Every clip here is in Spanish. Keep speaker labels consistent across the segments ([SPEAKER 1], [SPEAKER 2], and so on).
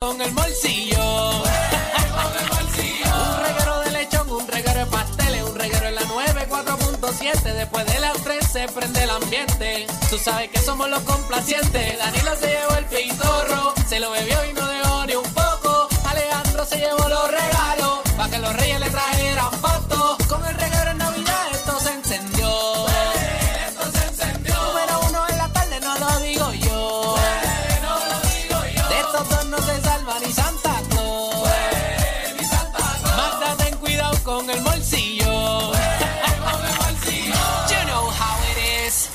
[SPEAKER 1] Con el bolsillo. Un reguero de lechón, un reguero de pasteles, un reguero en la 9, 4.7. Después de las 3 se prende el ambiente. Tú sabes que somos los complacientes. Danilo se llevó el pitorro, se lo bebió y no dejó ni un poco. Alejandro se llevó los regalos, pa' que los reyes le trajeran fotos. Con el reguero en Navidad esto se encendió. esto se encendió. Número uno en la tarde, no lo digo yo. De estos dos no se salva ni Santa Claus. Magda, ten cuidado con el bolsillo. You know how it is.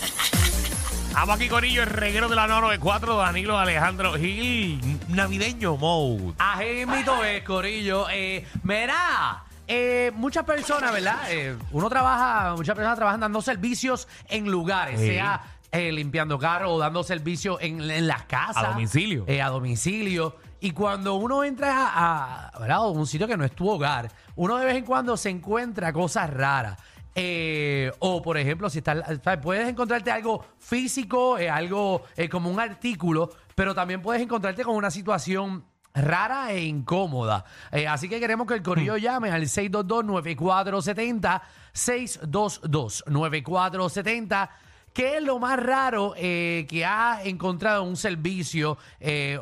[SPEAKER 2] Vamos aquí, Corillo, el reguero de la 994, Danilo Alejandro Gil, navideño mode.
[SPEAKER 3] Así mito es, Corillo. Eh, mira, eh, muchas personas, ¿verdad? Eh, uno trabaja, muchas personas trabajan dando servicios en lugares,
[SPEAKER 2] Sí.
[SPEAKER 3] sea eh, limpiando carros o dando servicios en, en las casas.
[SPEAKER 2] A domicilio.
[SPEAKER 3] Eh, a domicilio. Y cuando uno entra a, a- ¿verdad? a un sitio que no es tu hogar, uno de vez en cuando se encuentra cosas raras. Eh, o, por ejemplo, si estás, ¿sabes? puedes encontrarte algo físico, eh, algo eh, como un artículo, pero también puedes encontrarte con una situación rara e incómoda. Eh, así que queremos que el
[SPEAKER 2] Hmm.
[SPEAKER 3] corrillo llame al 622-9470, 622-9470. ¿Qué es lo más raro eh, que has encontrado en un servicio? eh,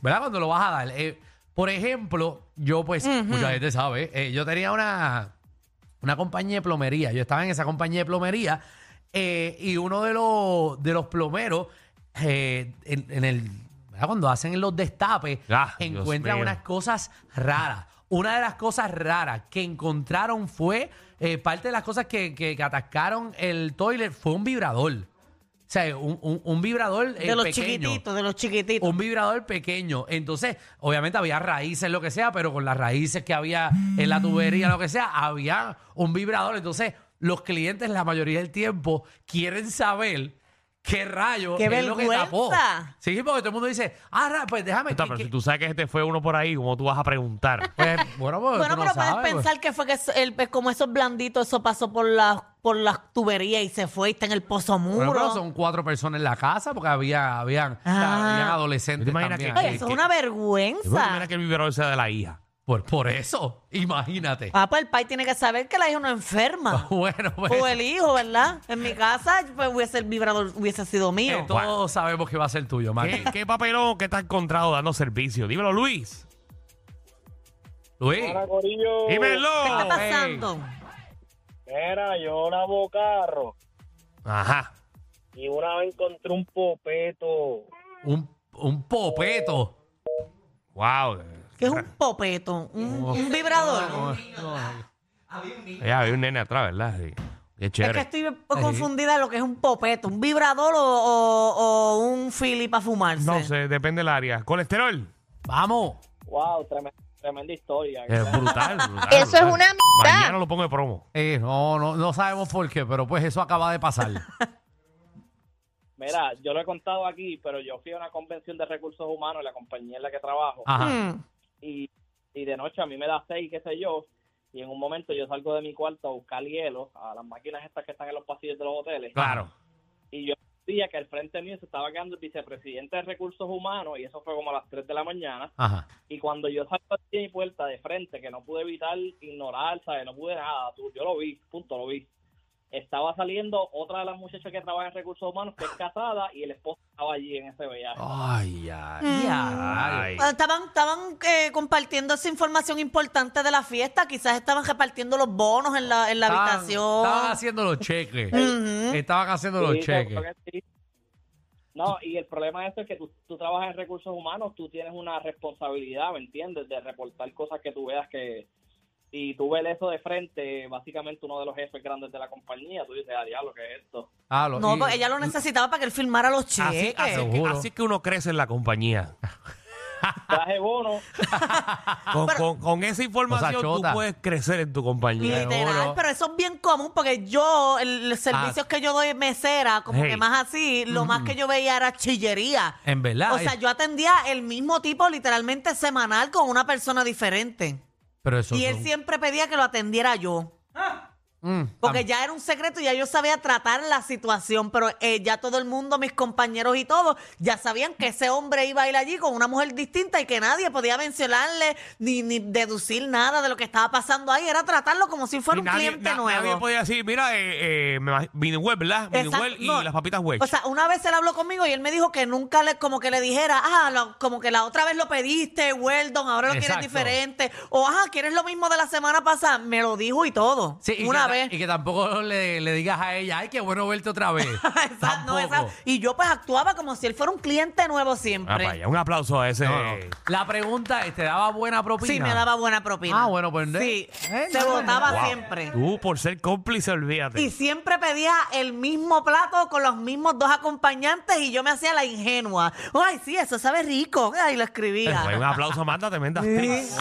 [SPEAKER 3] ¿Verdad? Cuando lo vas a dar. Eh, por ejemplo, yo pues, mucha gente sabe, eh, yo tenía una, una compañía de plomería. Yo estaba en esa compañía de plomería eh, y uno de los, de los plomeros eh, en, en el... ¿verdad? Cuando hacen los destapes,
[SPEAKER 2] Ah, Dios
[SPEAKER 3] encuentran
[SPEAKER 2] mío.
[SPEAKER 3] unas cosas raras. Una de las cosas raras que encontraron fue, eh, parte de las cosas que, que, que atascaron el toilet fue un vibrador. O sea, un, un- un vibrador eh,
[SPEAKER 4] De los
[SPEAKER 3] pequeño.
[SPEAKER 4] chiquititos, de los chiquititos.
[SPEAKER 3] Un vibrador pequeño. Entonces, obviamente había raíces, lo que sea, pero con las raíces que había en la tubería, lo que sea, había un vibrador. Entonces, los clientes la mayoría del tiempo quieren saber qué rayo
[SPEAKER 4] ¡Qué
[SPEAKER 3] es lo que
[SPEAKER 4] vergüenza!
[SPEAKER 3] tapó. Sí, porque todo el mundo dice, ah, ra- pues déjame.
[SPEAKER 2] Está,
[SPEAKER 3] que-
[SPEAKER 2] pero
[SPEAKER 3] que-
[SPEAKER 2] si tú sabes que este fue uno por ahí, ¿cómo tú vas a preguntar?
[SPEAKER 3] Pues, bueno, pues,
[SPEAKER 4] Bueno,
[SPEAKER 3] tú no
[SPEAKER 4] pero puedes
[SPEAKER 3] sabes, pues.
[SPEAKER 4] pensar que fue que eso- el, pues, como esos blanditos, eso pasó por las por las tuberías y se fue y está en el pozo muro.
[SPEAKER 3] Bueno, pero son cuatro personas en la casa porque había, habían,
[SPEAKER 4] Ah.
[SPEAKER 3] habían
[SPEAKER 2] ¿Te
[SPEAKER 3] adolescentes
[SPEAKER 2] imaginas
[SPEAKER 3] también.
[SPEAKER 2] que-
[SPEAKER 4] Oye, eso es una vergüenza.
[SPEAKER 2] Mira que el vibrador sea de la hija.
[SPEAKER 3] Por, por eso, imagínate.
[SPEAKER 4] Ah, pues el pai tiene que saber que la hija no enferma.
[SPEAKER 3] Bueno, pues.
[SPEAKER 4] o el hijo, ¿verdad? En mi casa pues, hubiese el vibrador hubiese sido mío.
[SPEAKER 3] eh, todos sabemos que va a ser tuyo, Mac.
[SPEAKER 2] ¿Qué, qué papelón que está encontrado dando servicio? Dímelo, Luis.
[SPEAKER 3] Luis.
[SPEAKER 5] Corillo.
[SPEAKER 2] Dímelo.
[SPEAKER 4] ¿Qué está pasando?
[SPEAKER 5] Mira, yo lavo carro
[SPEAKER 2] Ajá.
[SPEAKER 5] y una vez encontré un popeto.
[SPEAKER 3] Un, un popeto.
[SPEAKER 2] Wow.
[SPEAKER 4] Que es un popeto, un,
[SPEAKER 3] Oh.
[SPEAKER 4] un vibrador.
[SPEAKER 2] Ya, Eh, había un nene atrás, ¿verdad? Sí. Qué
[SPEAKER 4] Es que
[SPEAKER 2] chévere.
[SPEAKER 4] estoy confundida de lo que es un popeto, un vibrador o, o- o un fili para fumarse.
[SPEAKER 2] No sé, depende del área. ¿Colesterol?
[SPEAKER 3] Vamos.
[SPEAKER 5] Wow, tremenda, tremenda historia.
[SPEAKER 2] Es brutal, brutal.
[SPEAKER 6] Eso es
[SPEAKER 2] brutal.
[SPEAKER 6] una mitad.
[SPEAKER 2] Mañana lo pongo de promo.
[SPEAKER 3] Eh, no, no, no sabemos por qué, pero pues eso acaba de pasar.
[SPEAKER 5] Mira, yo lo he contado aquí, pero yo fui a una convención de recursos humanos en la compañía en la que trabajo
[SPEAKER 3] Ajá.
[SPEAKER 4] Mm.
[SPEAKER 5] y, y de noche a mí me da seis, qué sé yo, y en un momento yo salgo de mi cuarto a buscar hielo a las máquinas estas que están en los pasillos de los hoteles
[SPEAKER 2] Claro.
[SPEAKER 5] y yo veía que al frente mío se estaba quedando el vicepresidente de recursos humanos y eso fue como a las 3 de la mañana
[SPEAKER 3] Ajá.
[SPEAKER 5] Y cuando yo salgo de mi puerta de frente, que no pude evitar ignorar, ¿sabes? No pude nada, tú- yo lo vi, punto, lo vi. estaba saliendo otra de las muchachas que trabaja en recursos humanos, que es casada, y el esposo estaba allí en ese viaje.
[SPEAKER 3] Ay,
[SPEAKER 4] hmm. Mm,
[SPEAKER 3] ay, ay.
[SPEAKER 2] Ay.
[SPEAKER 4] Estaban, estaban eh, compartiendo esa información importante de la fiesta. Quizás estaban repartiendo los bonos en la, en la
[SPEAKER 3] Estaban-
[SPEAKER 4] habitación. Mm.
[SPEAKER 3] Estaban eh, haciendo los cheques.
[SPEAKER 4] Ujú.
[SPEAKER 3] Estaban haciendo los
[SPEAKER 5] Sí,
[SPEAKER 3] cheques.
[SPEAKER 5] seguro que sí. No, y el problema de esto es que tú, tú trabajas en recursos humanos, tú tienes una responsabilidad, ¿me entiendes? De reportar cosas que tú veas que si tú ves eso de frente, básicamente uno de los jefes grandes de la compañía, tú dices, ah, diablo, ¿qué es esto?
[SPEAKER 3] Ah, lo-
[SPEAKER 4] No,
[SPEAKER 3] y-
[SPEAKER 4] porque ella lo necesitaba para que él firmara los
[SPEAKER 2] Así,
[SPEAKER 4] cheques.
[SPEAKER 2] así, que,
[SPEAKER 3] Seguro.
[SPEAKER 2] así que uno crece en la compañía.
[SPEAKER 5] Traje bono,
[SPEAKER 4] Ah,
[SPEAKER 2] Con, con- con esa información tú
[SPEAKER 3] chota.
[SPEAKER 2] puedes crecer en tu compañía.
[SPEAKER 4] Literal,
[SPEAKER 3] Seguro. Ah.
[SPEAKER 4] pero eso es bien común porque yo, el- los servicios que yo doy en mesera, como
[SPEAKER 2] Hey.
[SPEAKER 4] que más así, lo más que yo veía era chillería.
[SPEAKER 3] En Mm. verdad.
[SPEAKER 4] O sea,
[SPEAKER 3] ay,
[SPEAKER 4] yo atendía el mismo tipo literalmente semanal con una persona diferente.
[SPEAKER 3] pero eso
[SPEAKER 4] Y él
[SPEAKER 3] son-
[SPEAKER 4] siempre pedía que lo atendiera yo.
[SPEAKER 3] Mm,
[SPEAKER 4] Porque
[SPEAKER 3] am-
[SPEAKER 4] ya era un secreto y ya yo sabía tratar la situación, pero eh, ya todo el mundo, mis compañeros y todos, ya sabían que ese hombre iba a ir allí con una mujer distinta y que nadie podía mencionarle ni, ni deducir nada de lo que estaba pasando ahí. Era tratarlo como si Mm, fuera
[SPEAKER 2] Y
[SPEAKER 4] un
[SPEAKER 2] nadie-
[SPEAKER 4] cliente
[SPEAKER 2] na-
[SPEAKER 4] nuevo.
[SPEAKER 2] Nadie podía decir, mira, eh, eh, me imag- Miniweb, ¿verdad?
[SPEAKER 4] Exacto,
[SPEAKER 2] Miniweb y
[SPEAKER 4] no.
[SPEAKER 2] las papitas web.
[SPEAKER 4] O sea, una vez él habló conmigo y él me dijo que nunca le, como que le dijera, ah, lo- como que la otra vez lo pediste, Weldon, ahora lo
[SPEAKER 3] Exacto.
[SPEAKER 4] quieres diferente. O, ajá, quieres lo mismo de la semana pasada. Me lo dijo y todo.
[SPEAKER 3] Sí, y
[SPEAKER 4] una
[SPEAKER 3] que,
[SPEAKER 4] vez.
[SPEAKER 3] Y que tampoco le, le digas a ella, ay, qué bueno verte otra vez.
[SPEAKER 4] Esa- no, esa-
[SPEAKER 3] Tampoco.
[SPEAKER 4] y yo pues actuaba como si él fuera un cliente nuevo
[SPEAKER 2] Ah,
[SPEAKER 4] siempre.
[SPEAKER 2] vaya, un aplauso a ese.
[SPEAKER 3] No, no. Eh, La pregunta es, ¿te daba buena propina?
[SPEAKER 4] sí, me daba buena propina.
[SPEAKER 3] Ah, bueno, pues,
[SPEAKER 4] Sí,
[SPEAKER 3] eh, eh,
[SPEAKER 4] se
[SPEAKER 3] no,
[SPEAKER 4] votaba
[SPEAKER 3] no. Wow.
[SPEAKER 4] siempre.
[SPEAKER 2] Tú, por ser cómplice, olvídate.
[SPEAKER 4] Y siempre pedía el mismo plato con los mismos dos acompañantes y yo me hacía la ingenua. Ay, sí, eso sabe rico. Ay, lo
[SPEAKER 2] Fue Pues, un
[SPEAKER 4] escribía.
[SPEAKER 2] aplauso a Magda, tremenda actriz.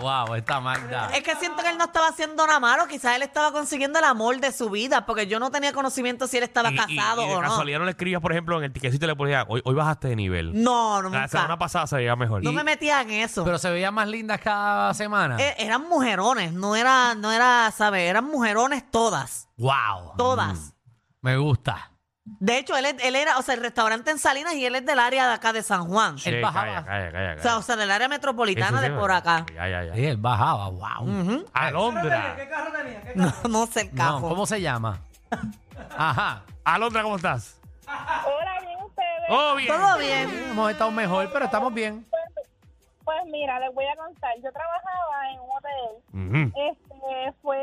[SPEAKER 3] Wow, wow, esta Magda.
[SPEAKER 4] Es que siento que él no estaba haciendo nada malo, quizás él estaba consiguiendo el amor de su vida, porque yo no tenía conocimiento si él estaba
[SPEAKER 2] Y- y-
[SPEAKER 4] casado
[SPEAKER 2] y de
[SPEAKER 4] o no.
[SPEAKER 2] casualidad no le escribías, por ejemplo, en el tiquecito le ponías, hoy, hoy bajaste de nivel.
[SPEAKER 4] No, no,
[SPEAKER 2] La semana
[SPEAKER 4] nunca.
[SPEAKER 2] pasada se veía mejor.
[SPEAKER 4] No me metía en eso.
[SPEAKER 3] Pero se veían más lindas cada semana.
[SPEAKER 4] Eh, eran mujerones, no era, no era, ¿sabes? Eran mujerones todas,
[SPEAKER 3] wow.
[SPEAKER 4] todas.
[SPEAKER 3] Mm, Me gusta.
[SPEAKER 4] De hecho, él, es- él era, o sea, el restaurante en Salinas y él es del área de acá de San Juan.
[SPEAKER 2] Sí,
[SPEAKER 3] él
[SPEAKER 2] calla,
[SPEAKER 3] bajaba.
[SPEAKER 2] calla, calla, calla.
[SPEAKER 4] O sea, o sea, del área metropolitana
[SPEAKER 2] Sí, sí,
[SPEAKER 4] de
[SPEAKER 2] sí,
[SPEAKER 4] por acá.
[SPEAKER 2] Ya, ya, ya.
[SPEAKER 3] Sí, él bajaba, wow.
[SPEAKER 2] Alondra.
[SPEAKER 4] No, no sé el
[SPEAKER 3] No,
[SPEAKER 4] cajo.
[SPEAKER 3] ¿Cómo se llama? Ajá.
[SPEAKER 2] Alondra, ¿cómo estás?
[SPEAKER 6] Hola, bien ustedes.
[SPEAKER 2] Oh, bien.
[SPEAKER 4] Todo bien.
[SPEAKER 3] Hemos estado mejor, pero estamos bien.
[SPEAKER 6] Pues mira, les voy a contar. Yo trabajaba en un hotel.
[SPEAKER 2] Ujú.
[SPEAKER 6] Este fue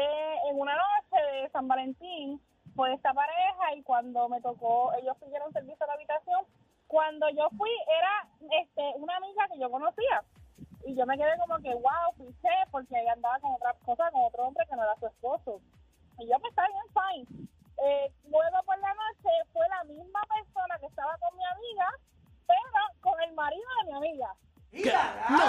[SPEAKER 6] en una noche de San Valentín. Fue esta pareja y cuando me tocó, ellos pidieron servicio a la habitación. Cuando yo fui, era este una amiga que yo conocía. Y yo me quedé como que, wow, piché, porque ella andaba con otra cosa, con otro hombre que no era su esposo. Y yo, pues, está bien, fine. Eh, luego por la noche fue la misma persona que estaba con mi amiga, pero con el marido de mi amiga.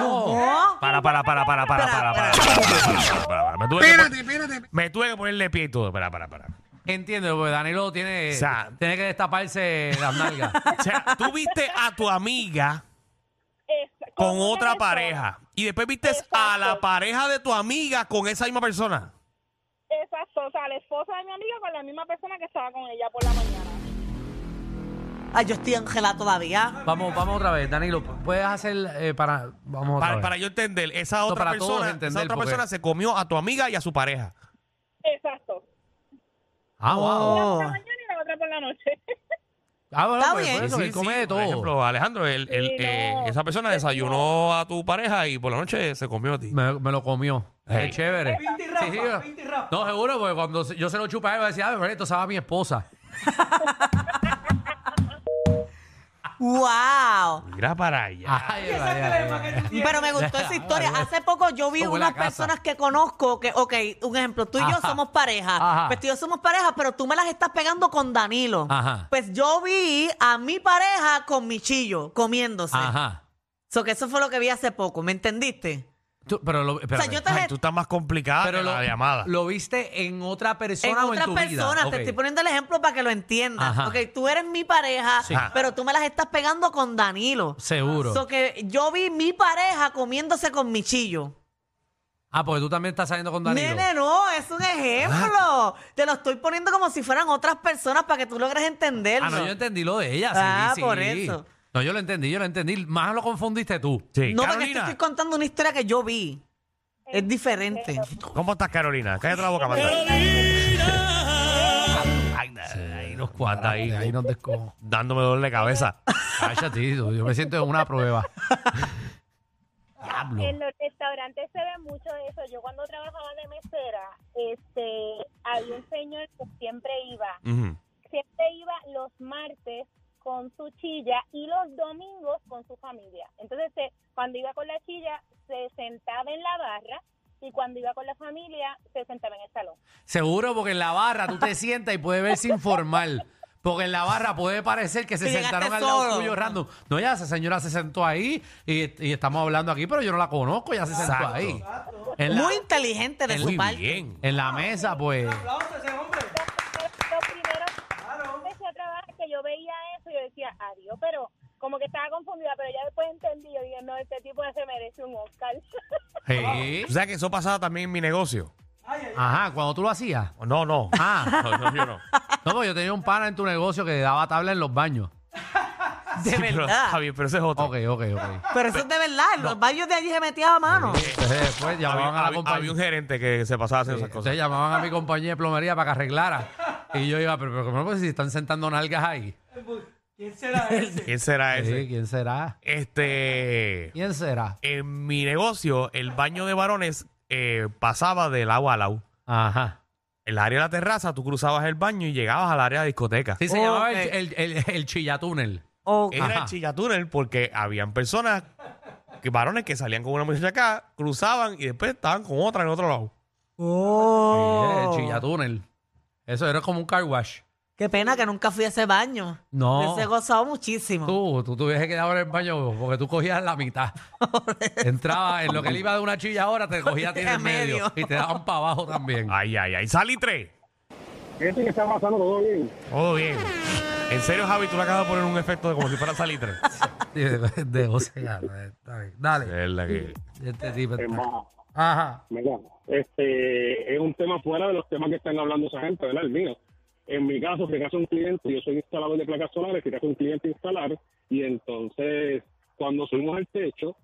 [SPEAKER 4] ¿Cómo?
[SPEAKER 2] Para, para, para, para, para, para, para, para, para, para, para. Me tuve que pon- Me tuve que ponerle pie y todo. Para, para, para.
[SPEAKER 3] Entiendo, porque Danilo tiene,
[SPEAKER 2] O sea,
[SPEAKER 3] tiene que destaparse las nalgas.
[SPEAKER 2] O sea, tú viste a tu amiga
[SPEAKER 6] Es-
[SPEAKER 2] con
[SPEAKER 6] una
[SPEAKER 2] otra
[SPEAKER 6] persona.
[SPEAKER 2] pareja y después viste
[SPEAKER 6] Exacto.
[SPEAKER 2] a la pareja de tu amiga con esa misma persona.
[SPEAKER 6] Exacto, o sea, la esposa de mi amiga con la misma persona que estaba con ella por la mañana.
[SPEAKER 4] Ay, yo estoy Ángela todavía.
[SPEAKER 3] vamos, vamos otra vez, Danilo. Puedes hacer eh, para. Vamos otra
[SPEAKER 2] Para,
[SPEAKER 3] vez.
[SPEAKER 2] para yo entender, esa otra
[SPEAKER 3] para todos
[SPEAKER 2] persona, esa
[SPEAKER 3] entender,
[SPEAKER 2] otra
[SPEAKER 3] porque-
[SPEAKER 2] persona se comió a tu amiga y a su pareja.
[SPEAKER 6] Exacto.
[SPEAKER 3] Ah, wow.
[SPEAKER 6] Una por
[SPEAKER 4] Oh.
[SPEAKER 6] la mañana y la otra por la noche.
[SPEAKER 3] Ah, bueno,
[SPEAKER 4] Está
[SPEAKER 3] pues,
[SPEAKER 4] bien.
[SPEAKER 3] por eso,
[SPEAKER 2] Sí,
[SPEAKER 3] él
[SPEAKER 2] sí,
[SPEAKER 3] come de todo.
[SPEAKER 2] Por ejemplo, Alejandro, el- el-
[SPEAKER 6] Sí,
[SPEAKER 2] eh,
[SPEAKER 6] no.
[SPEAKER 2] esa persona desayunó a tu pareja y por la noche se comió a ti.
[SPEAKER 3] me, me lo comió.
[SPEAKER 2] Hey.
[SPEAKER 3] Qué chévere. Sí, sí, yo- no, seguro, porque cuando se- yo se lo chupaba, iba a decir, ah, pero esto sabe a mi esposa.
[SPEAKER 4] ¡Wow!
[SPEAKER 2] Mira para allá.
[SPEAKER 3] Ay, ay, ay, ay.
[SPEAKER 4] Pero me gustó esa historia. Hace poco yo vi
[SPEAKER 3] Esto huele a
[SPEAKER 4] unas
[SPEAKER 3] casa.
[SPEAKER 4] personas que conozco que, ok, un ejemplo, tú y yo
[SPEAKER 3] Ajá.
[SPEAKER 4] somos pareja.
[SPEAKER 3] Ajá. Ah.
[SPEAKER 4] Pues tú y yo somos pareja, pero tú me las estás pegando con Danilo.
[SPEAKER 3] Ajá.
[SPEAKER 4] Pues yo vi a mi pareja con mi chillo comiéndose.
[SPEAKER 3] Ajá.
[SPEAKER 4] So que eso fue lo que vi hace poco, ¿me entendiste?
[SPEAKER 3] Tú- pero lo, Ah, espérame.
[SPEAKER 4] yo te-
[SPEAKER 2] Ay, tú estás más complicada
[SPEAKER 3] pero
[SPEAKER 2] que la
[SPEAKER 3] lo,
[SPEAKER 2] llamada.
[SPEAKER 3] lo viste en otra
[SPEAKER 4] En
[SPEAKER 3] persona o en
[SPEAKER 4] otras
[SPEAKER 3] tu
[SPEAKER 4] personas,
[SPEAKER 3] vida.
[SPEAKER 4] te
[SPEAKER 3] Ok.
[SPEAKER 4] estoy poniendo el ejemplo para que lo entiendas.
[SPEAKER 3] Ajá.
[SPEAKER 4] Ok, tú eres mi pareja,
[SPEAKER 3] Sí.
[SPEAKER 4] pero tú me las estás pegando con Danilo.
[SPEAKER 3] Seguro.
[SPEAKER 4] So que yo vi mi pareja comiéndose con mi chillo.
[SPEAKER 3] Ah, porque tú también estás saliendo con Danilo.
[SPEAKER 4] Nene, no, es un ejemplo. Te lo estoy poniendo como si fueran otras personas para que tú logres entenderlo.
[SPEAKER 3] Ah, no, yo entendí lo de ella. Sí,
[SPEAKER 4] Ah,
[SPEAKER 3] sí.
[SPEAKER 4] por eso.
[SPEAKER 3] No, yo lo entendí, yo lo entendí. Más lo confundiste tú.
[SPEAKER 2] Sí.
[SPEAKER 4] No, porque te
[SPEAKER 2] Carolina,
[SPEAKER 4] estoy contando una historia que yo vi.
[SPEAKER 6] Eh,
[SPEAKER 4] Es diferente.
[SPEAKER 2] eh. ¿cómo estás, Carolina? Cállate la boca, Magda.
[SPEAKER 4] Eh.
[SPEAKER 2] Hay unos cuantos ahí.
[SPEAKER 3] De ahí nos descojo.
[SPEAKER 2] Dándome dolor de cabeza.
[SPEAKER 3] Cállate, Tito, yo me siento en una prueba. Diablo.
[SPEAKER 6] En los restaurantes se ve mucho de eso. Yo cuando trabajaba de mesera, este, había un señor que siempre iba,
[SPEAKER 2] Ujú.
[SPEAKER 6] siempre iba los martes con su chilla y los domingos con su familia. Entonces, se- cuando iba con la chilla, se sentaba en la barra y cuando iba con la familia, se sentaba en el salón.
[SPEAKER 3] Seguro, porque en la barra tú te sientas y puedes verse informal. Porque en la barra puede parecer que se
[SPEAKER 4] Que llegaste
[SPEAKER 3] sentaron al lado
[SPEAKER 4] solo.
[SPEAKER 3] tuyo random. No, ya esa señora se sentó ahí y, y estamos hablando aquí, pero yo no la conozco, ya se sentó ahí. En la,
[SPEAKER 4] Muy inteligente de
[SPEAKER 2] Muy
[SPEAKER 4] su parte.
[SPEAKER 2] bien.
[SPEAKER 3] en la mesa, pues.
[SPEAKER 6] Lo primero cuando empecé a trabajar que yo veía eso, yo decía, adiós, pero como que estaba confundida, pero ya después entendí, yo dije, no, este tipo se merece un Oscar.
[SPEAKER 3] Sí.
[SPEAKER 2] ¿Tú sabes que eso pasaba también en mi negocio?
[SPEAKER 3] Ajá, cuando tú lo hacías.
[SPEAKER 2] No, no.
[SPEAKER 3] Ah,
[SPEAKER 2] No, no, yo no.
[SPEAKER 3] no, pues yo tenía un pana en tu negocio que daba tabla en los baños.
[SPEAKER 4] De
[SPEAKER 2] Sí, pero,
[SPEAKER 4] verdad.
[SPEAKER 2] está bien, pero ese es otro.
[SPEAKER 3] Ok, ok, ok.
[SPEAKER 4] Pero eso es de verdad. en Los baños de allí se metía a mano.
[SPEAKER 3] Entonces después
[SPEAKER 2] Había,
[SPEAKER 3] llamaban a la
[SPEAKER 2] había- había
[SPEAKER 3] compañía.
[SPEAKER 2] un gerente que se pasaba haciendo esas cosas.
[SPEAKER 3] Entonces llamaban a mi compañía de plomería para que arreglara. Y yo iba, pero, pero ¿cómo pues, si están sentando nalgas ahí?
[SPEAKER 2] ¿Quién será ese?
[SPEAKER 3] Sí, ¿Quién será?
[SPEAKER 2] Este.
[SPEAKER 3] ¿Quién será?
[SPEAKER 2] En mi negocio, el baño de varones eh, pasaba del agua al agua.
[SPEAKER 3] Ajá.
[SPEAKER 2] El área de la terraza, tú cruzabas el baño y llegabas al área de discoteca.
[SPEAKER 3] Sí, se
[SPEAKER 4] Ok.
[SPEAKER 3] llamaba el, el, el, el chillatúnel.
[SPEAKER 4] O-
[SPEAKER 2] Era el chillatúnel porque habían personas, que varones que salían con una muchacha acá, cruzaban y después estaban con otra en otro lado.
[SPEAKER 4] Oh.
[SPEAKER 3] Sí, el chillatúnel. Eso era como un car wash.
[SPEAKER 4] Qué pena que nunca fui a ese baño.
[SPEAKER 3] No.
[SPEAKER 4] Me he gozado muchísimo.
[SPEAKER 3] Tú, tú te hubieses quedado en el baño porque tú cogías la mitad. Entraba en lo que él iba de una chilla ahora, te cogía a ti en el
[SPEAKER 4] A medio.
[SPEAKER 3] medio. Y te daban para abajo también.
[SPEAKER 2] Ay, ay, ay. Salí tres.
[SPEAKER 7] Gente Este que está pasando todo bien.
[SPEAKER 2] Todo bien. En serio, Javi, tú le acabas de poner un efecto de como si fuera salitre.
[SPEAKER 3] Sí, De, de José Gala, está bien. Dale.
[SPEAKER 2] verdad que.
[SPEAKER 3] Este tipo está-
[SPEAKER 7] Hermano,
[SPEAKER 3] Ajá.
[SPEAKER 7] mira, este es un tema fuera de los temas que están hablando esa gente, ¿verdad? El mío. En mi caso, si caso un cliente, yo soy instalador de placas solares, si caso un cliente instalar, y entonces cuando subimos el techo,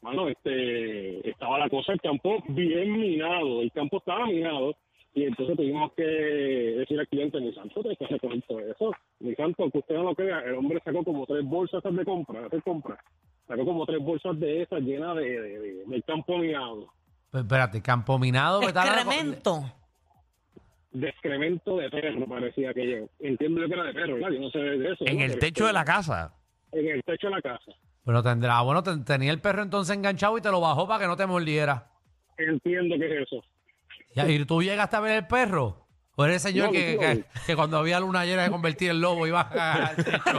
[SPEAKER 7] mano, este, estaba la cosa, el campo bien minado, el campo estaba minado, y entonces tuvimos que decir al cliente, mi santo, te estás recoger todo eso, mi santo, que usted no lo crea, el hombre sacó como tres bolsas de compra, de hacer compra, sacó como tres bolsas de esas llenas de, de, de- del campo minado,
[SPEAKER 3] Pero espérate, campo
[SPEAKER 2] pues,
[SPEAKER 3] minado. que estaba-
[SPEAKER 4] Excremento.
[SPEAKER 7] de excremento de perro parecía que llegó, entiendo yo que era de perro, ¿verdad? Yo no sé de eso.
[SPEAKER 2] En
[SPEAKER 7] ¿no?
[SPEAKER 2] el
[SPEAKER 7] Pero
[SPEAKER 2] techo de la casa.
[SPEAKER 7] En el techo de la casa.
[SPEAKER 3] Pero tendrá, bueno, ten- tenía el perro entonces enganchado y te lo bajó para que no te mordiera.
[SPEAKER 7] Entiendo que es eso.
[SPEAKER 3] Ya, ¿Y tú llegaste a ver el perro? ¿O eres el señor
[SPEAKER 7] No,
[SPEAKER 3] que,
[SPEAKER 7] no.
[SPEAKER 3] que- que cuando había luna llena se convertía en lobo y iba a cagar al techo?